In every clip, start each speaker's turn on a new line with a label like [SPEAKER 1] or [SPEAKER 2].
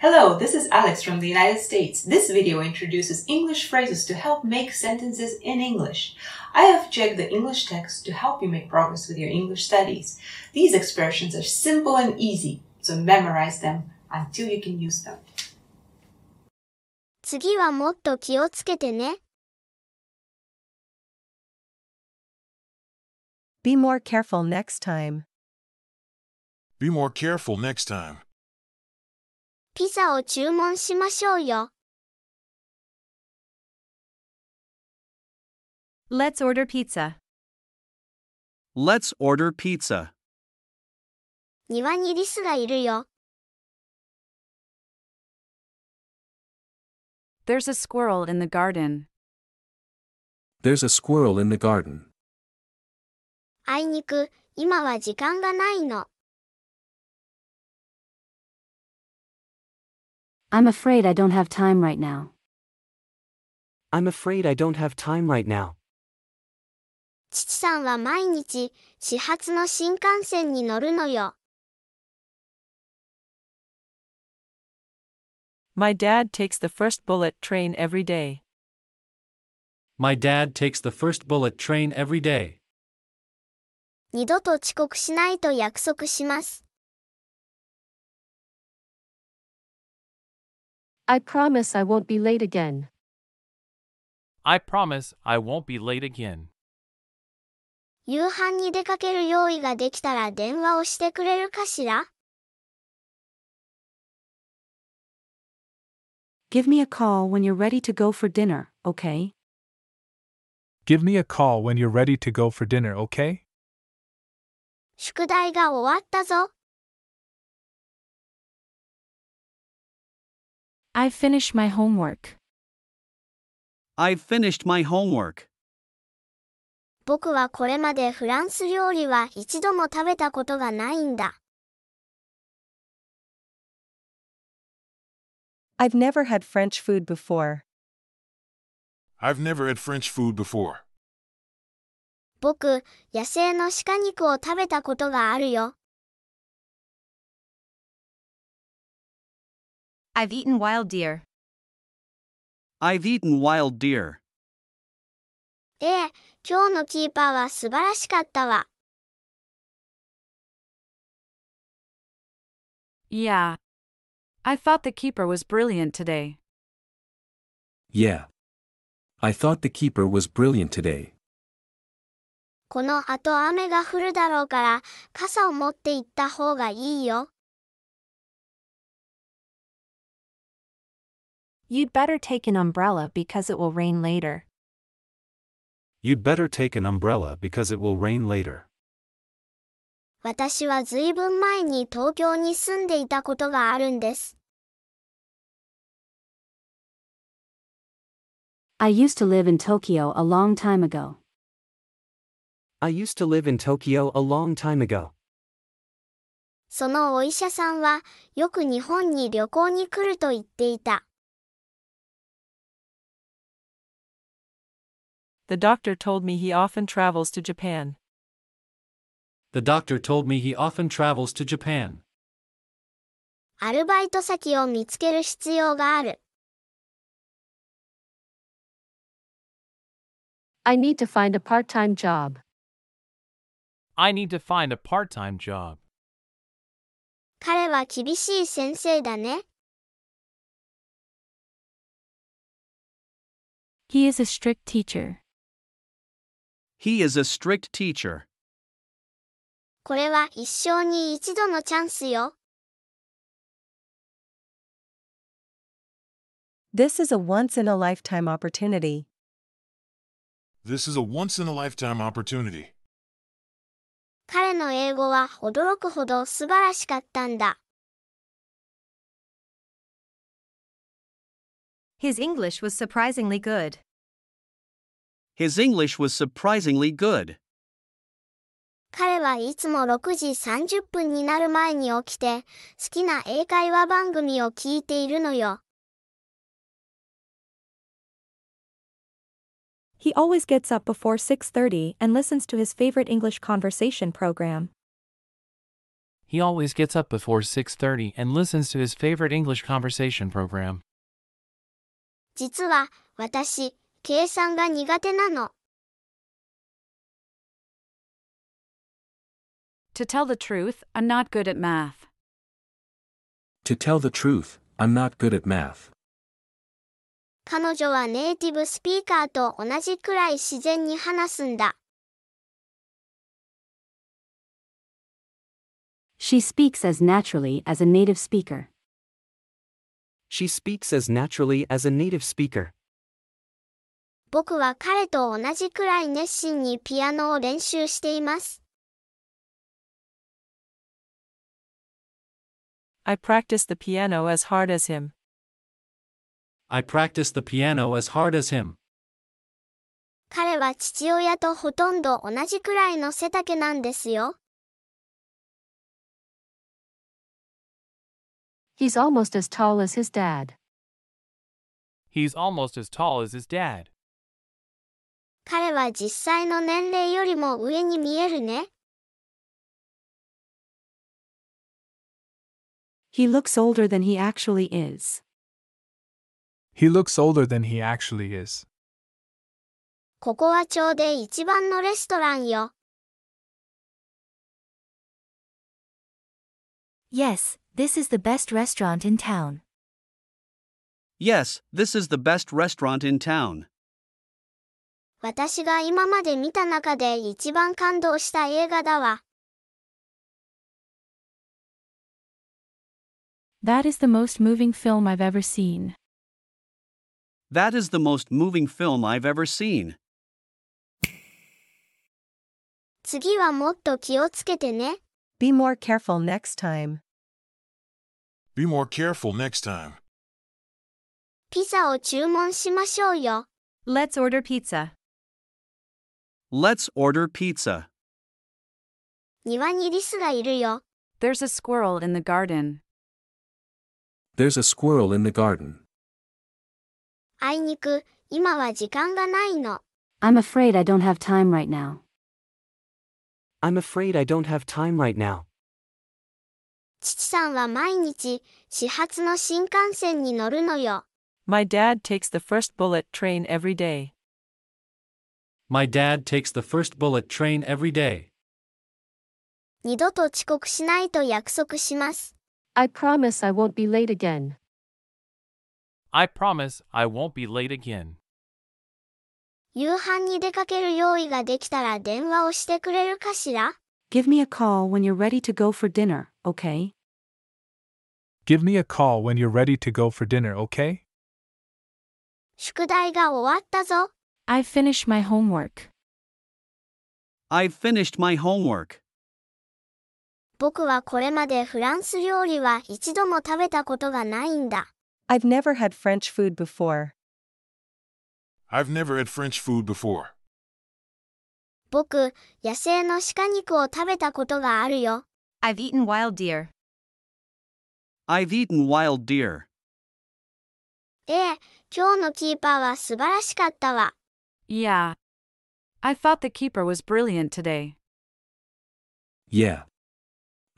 [SPEAKER 1] Hello, this is Alex from the United States. This video introduces English phrases to help make sentences in English. I have checked the English text to help you make progress with your English studies. These expressions are simple and easy, so memorize them until you can use them.
[SPEAKER 2] 次はもっと気をつけてね。
[SPEAKER 3] Be more careful next time.
[SPEAKER 4] Be more careful next time.
[SPEAKER 2] ピザを注文しましょうよ。
[SPEAKER 3] Let's order pizza.
[SPEAKER 5] Let's order pizza.
[SPEAKER 2] 庭にリスがいるよ。
[SPEAKER 6] There's a squirrel in the garden.
[SPEAKER 7] There's a squirrel in the garden.
[SPEAKER 2] あいにく、今は時間がないの。
[SPEAKER 8] I'm afraid I don't have time right now.
[SPEAKER 9] I'm afraid I don't have time right now.
[SPEAKER 2] 父さんは毎日、始発の新幹線に乗るのよ。
[SPEAKER 3] My dad takes the first bullet train every day.
[SPEAKER 5] My dad takes the first bullet train every day.
[SPEAKER 2] 二度と遅刻しないと約束します。
[SPEAKER 8] I promise I won't be late again.
[SPEAKER 10] I promise I won't be late again.
[SPEAKER 2] 夕飯に出かける用意ができたら電話をしてくれるかしら
[SPEAKER 8] Give me a call when you're ready to go for dinner, okay?
[SPEAKER 11] Give me a call when you're ready to go for dinner, okay?
[SPEAKER 2] 宿題が終わったぞ。
[SPEAKER 6] I've finished my homework.
[SPEAKER 5] I've finished my homework.
[SPEAKER 2] 僕はこれまでフランス料理は一度も食べたことがないんだ。
[SPEAKER 3] I've never had French food before.
[SPEAKER 4] I've never had French food before.
[SPEAKER 2] 僕、野生の鹿肉を食べたことがあるよ。
[SPEAKER 6] I've eaten wild deer.
[SPEAKER 5] I've eaten wild deer.
[SPEAKER 2] ええ、今日のキーパーは素晴らしかったわ。
[SPEAKER 6] Yeah. I thought the keeper was brilliant today.
[SPEAKER 7] Yeah. I thought the keeper was brilliant today.
[SPEAKER 2] この後雨が降るだろうから、傘を持って行った方がいいよ。
[SPEAKER 12] You'd better take an umbrella because it will rain later.
[SPEAKER 5] You'd better take an umbrella because it will rain later.
[SPEAKER 2] 私はずいぶん前に東京に住んでいたことがあるんです。
[SPEAKER 8] I used to live in Tokyo a long time ago.
[SPEAKER 9] I used to live in Tokyo a long time ago.
[SPEAKER 2] そのお医者さんは、よく日本に旅行に来ると言っていた。
[SPEAKER 3] The doctor told me he often travels to Japan.
[SPEAKER 5] The doctor told me he often travels to Japan.
[SPEAKER 2] アルバイト先を見つける必要がある。
[SPEAKER 8] I need to find a part time job.
[SPEAKER 10] I need to find a part time job.
[SPEAKER 2] 彼は厳しい先生だね。
[SPEAKER 12] He is a strict teacher.
[SPEAKER 5] He is a strict teacher.
[SPEAKER 2] これは一生に一度のチャンスよ。
[SPEAKER 3] This is a once in a lifetime opportunity.
[SPEAKER 4] This is a once in a lifetime opportunity.
[SPEAKER 2] 彼の英語は驚くほど素晴らしかったんだ。
[SPEAKER 12] His English was surprisingly good.
[SPEAKER 5] His English was surprisingly good.
[SPEAKER 2] 彼はいつも6時30分になる前に起きて、好きな英会話番組を聞いているのよ。
[SPEAKER 12] He always gets up before 6:30 and listens to his favorite English conversation program.
[SPEAKER 10] He always gets up before 6:30 and listens to his favorite English conversation program.
[SPEAKER 2] 実は、私、計算が苦手なの。
[SPEAKER 6] To tell the truth, I'm not good at math.
[SPEAKER 7] To tell the truth, I'm not good at math.
[SPEAKER 2] 彼女はネイティブスピーカーと同じくらい自然に話すんだ。
[SPEAKER 8] She speaks as naturally as a native speaker.
[SPEAKER 9] She speaks as naturally as a native speaker.
[SPEAKER 2] 僕は彼と同じくらい熱心にピアノを練習しています。
[SPEAKER 3] I practice the piano as hard as him.
[SPEAKER 13] I practice the piano as hard as him.
[SPEAKER 2] 彼は父親とほとんど同じくらいの背丈なんですよ。
[SPEAKER 12] He's almost as tall as his dad.
[SPEAKER 10] He's almost as tall as his dad.
[SPEAKER 2] 彼は実際の年齢よりも上に見えるね。
[SPEAKER 8] He looks older than he actually is.
[SPEAKER 11] He looks older than he actually is.
[SPEAKER 2] ここは町で一番のレストランよ。
[SPEAKER 14] Yes, this is the best restaurant in town.
[SPEAKER 15] Yes, this is the best restaurant in town.
[SPEAKER 2] 私が今まで見た中で一番感動した映画だわ。
[SPEAKER 16] That is the most moving film I've ever seen.
[SPEAKER 15] That is the most moving film I've ever seen.
[SPEAKER 2] 次はもっと気をつけてね。
[SPEAKER 17] Be more careful next time.
[SPEAKER 4] Be more careful next time.
[SPEAKER 2] ピザを注文しましょうよ。
[SPEAKER 12] Let's order pizza.
[SPEAKER 15] Let's order pizza.
[SPEAKER 2] 庭にリスがいるよ。
[SPEAKER 6] There's a squirrel in the garden.
[SPEAKER 7] There's a squirrel in the garden.
[SPEAKER 2] あいにく、今は時間がないの。
[SPEAKER 8] I'm afraid I don't have time right now.
[SPEAKER 9] I'm afraid I don't have time right now.
[SPEAKER 2] 父さんは毎日、始発の新幹線に乗るのよ。
[SPEAKER 3] My dad takes the first bullet train every day.
[SPEAKER 13] My dad takes the first bullet train every day.
[SPEAKER 2] 二度と遅刻しないと約束します。
[SPEAKER 12] I promise I won't be late again.
[SPEAKER 10] I promise I won't be late again.
[SPEAKER 2] 夕飯に出かける用意ができたら電話をしてくれるかしら
[SPEAKER 8] Give me a call when you're ready to go for dinner, okay?
[SPEAKER 11] Give me a call when you're ready to go for dinner, okay?
[SPEAKER 2] 宿題が終わったぞ。
[SPEAKER 16] I finish my homework.
[SPEAKER 15] I've finished my homework.
[SPEAKER 2] 僕はこれまでフランス料理は一度も食べたことがないんだ。
[SPEAKER 17] I've never had French food before.
[SPEAKER 4] I've never had French food before.
[SPEAKER 2] 僕、野生の鹿肉を食べたことがあるよ。
[SPEAKER 18] I've eaten wild deer.
[SPEAKER 15] I've eaten wild deer.
[SPEAKER 2] ええ、今日のキーパーは素晴らしかったわ。
[SPEAKER 6] Yeah. I thought the keeper was brilliant today.
[SPEAKER 7] Yeah.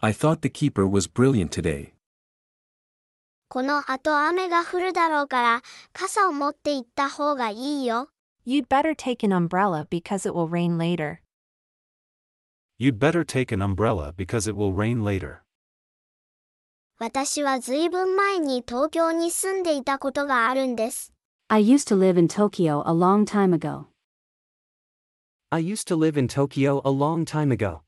[SPEAKER 7] I thought the keeper was brilliant today.
[SPEAKER 2] この後雨が降るだろうから、傘を持って行った方がいいよ。
[SPEAKER 12] You'd better take an umbrella because it will rain later.
[SPEAKER 5] You'd better take an umbrella because it will rain later.
[SPEAKER 2] 私はずいぶん前に東京に住んでいたことがあるんです。
[SPEAKER 8] I used to live in Tokyo a long time ago.
[SPEAKER 9] I used to live in Tokyo a long time ago.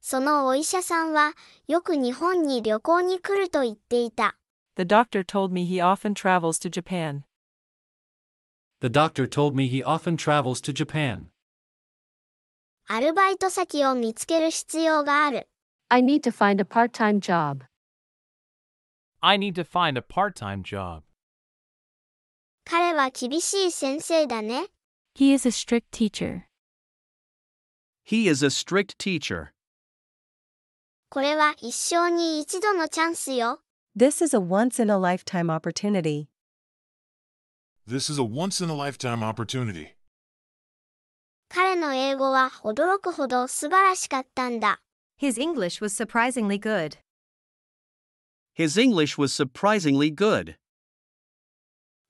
[SPEAKER 2] そのお医者さんは、よく日本に旅行に来ると言っていた。
[SPEAKER 3] The doctor told me he often travels to Japan.
[SPEAKER 13] The doctor told me he often travels to Japan.
[SPEAKER 2] アルバイト先を見つける必要がある。
[SPEAKER 12] I need to find a part time job.
[SPEAKER 10] I need to find a part-time job.
[SPEAKER 2] 彼は厳しい先生だね。
[SPEAKER 16] He is a strict teacher.
[SPEAKER 15] He is a strict teacher.
[SPEAKER 2] これは一生に一度のチャンスよ。
[SPEAKER 17] This is a once in a lifetime opportunity.
[SPEAKER 4] This is a once in a lifetime opportunity.
[SPEAKER 2] 彼の英語は驚くほど素晴らしかったんだ。
[SPEAKER 18] His English was surprisingly good.
[SPEAKER 15] His English was surprisingly good.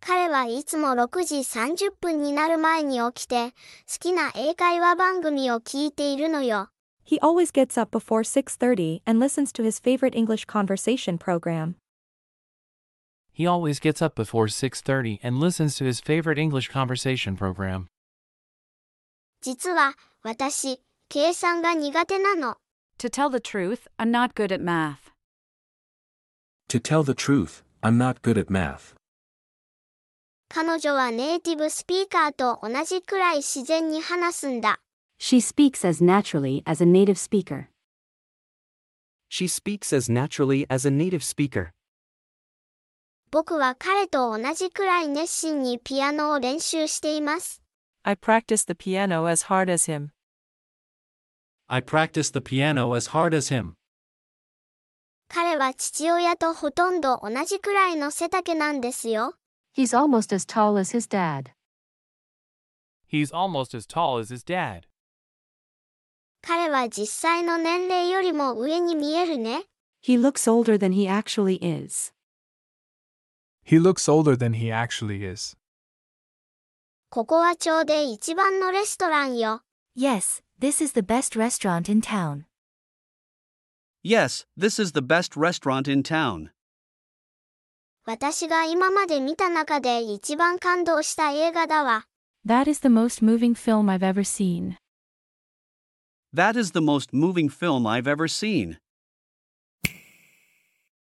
[SPEAKER 2] 彼はいつも6時30分になる前に起きて、好きな英会話番組を聞いているのよ。
[SPEAKER 12] He always gets up before 6:30 and listens to his favorite English conversation program.
[SPEAKER 10] He always gets up before 6:30 and listens to his favorite English conversation program.
[SPEAKER 2] 実は、私、計算が苦手なの。
[SPEAKER 6] To tell the truth, I'm not good at math.
[SPEAKER 7] To tell the truth, I'm not good at math.
[SPEAKER 2] 彼女はネイティブスピーカーと同じくらい自然に話すんだ。
[SPEAKER 12] She speaks as naturally as a native speaker.
[SPEAKER 9] She speaks as naturally as a native speaker.
[SPEAKER 2] 僕は彼と同じくらい熱心にピアノを練習しています。
[SPEAKER 3] I practice the piano as hard as him.
[SPEAKER 13] I practice the piano as hard as him.
[SPEAKER 2] 彼は父親とほとんど同じくらいの背丈なんですよ。
[SPEAKER 12] He's almost as tall as his dad.
[SPEAKER 10] He's almost as tall as his dad.
[SPEAKER 2] 彼は実際の年齢よりも上に見えるね。
[SPEAKER 8] He looks older than he actually is.
[SPEAKER 11] He looks older than he actually is.
[SPEAKER 2] ここは町で一番のレストランよ。
[SPEAKER 14] Yes, this is the best restaurant in town.
[SPEAKER 15] Yes, this is the best restaurant in town.
[SPEAKER 2] 私が今まで見た中で一番感動した映画だわ。
[SPEAKER 16] That is the most moving film I've ever seen.
[SPEAKER 15] That is the most moving film I've ever seen.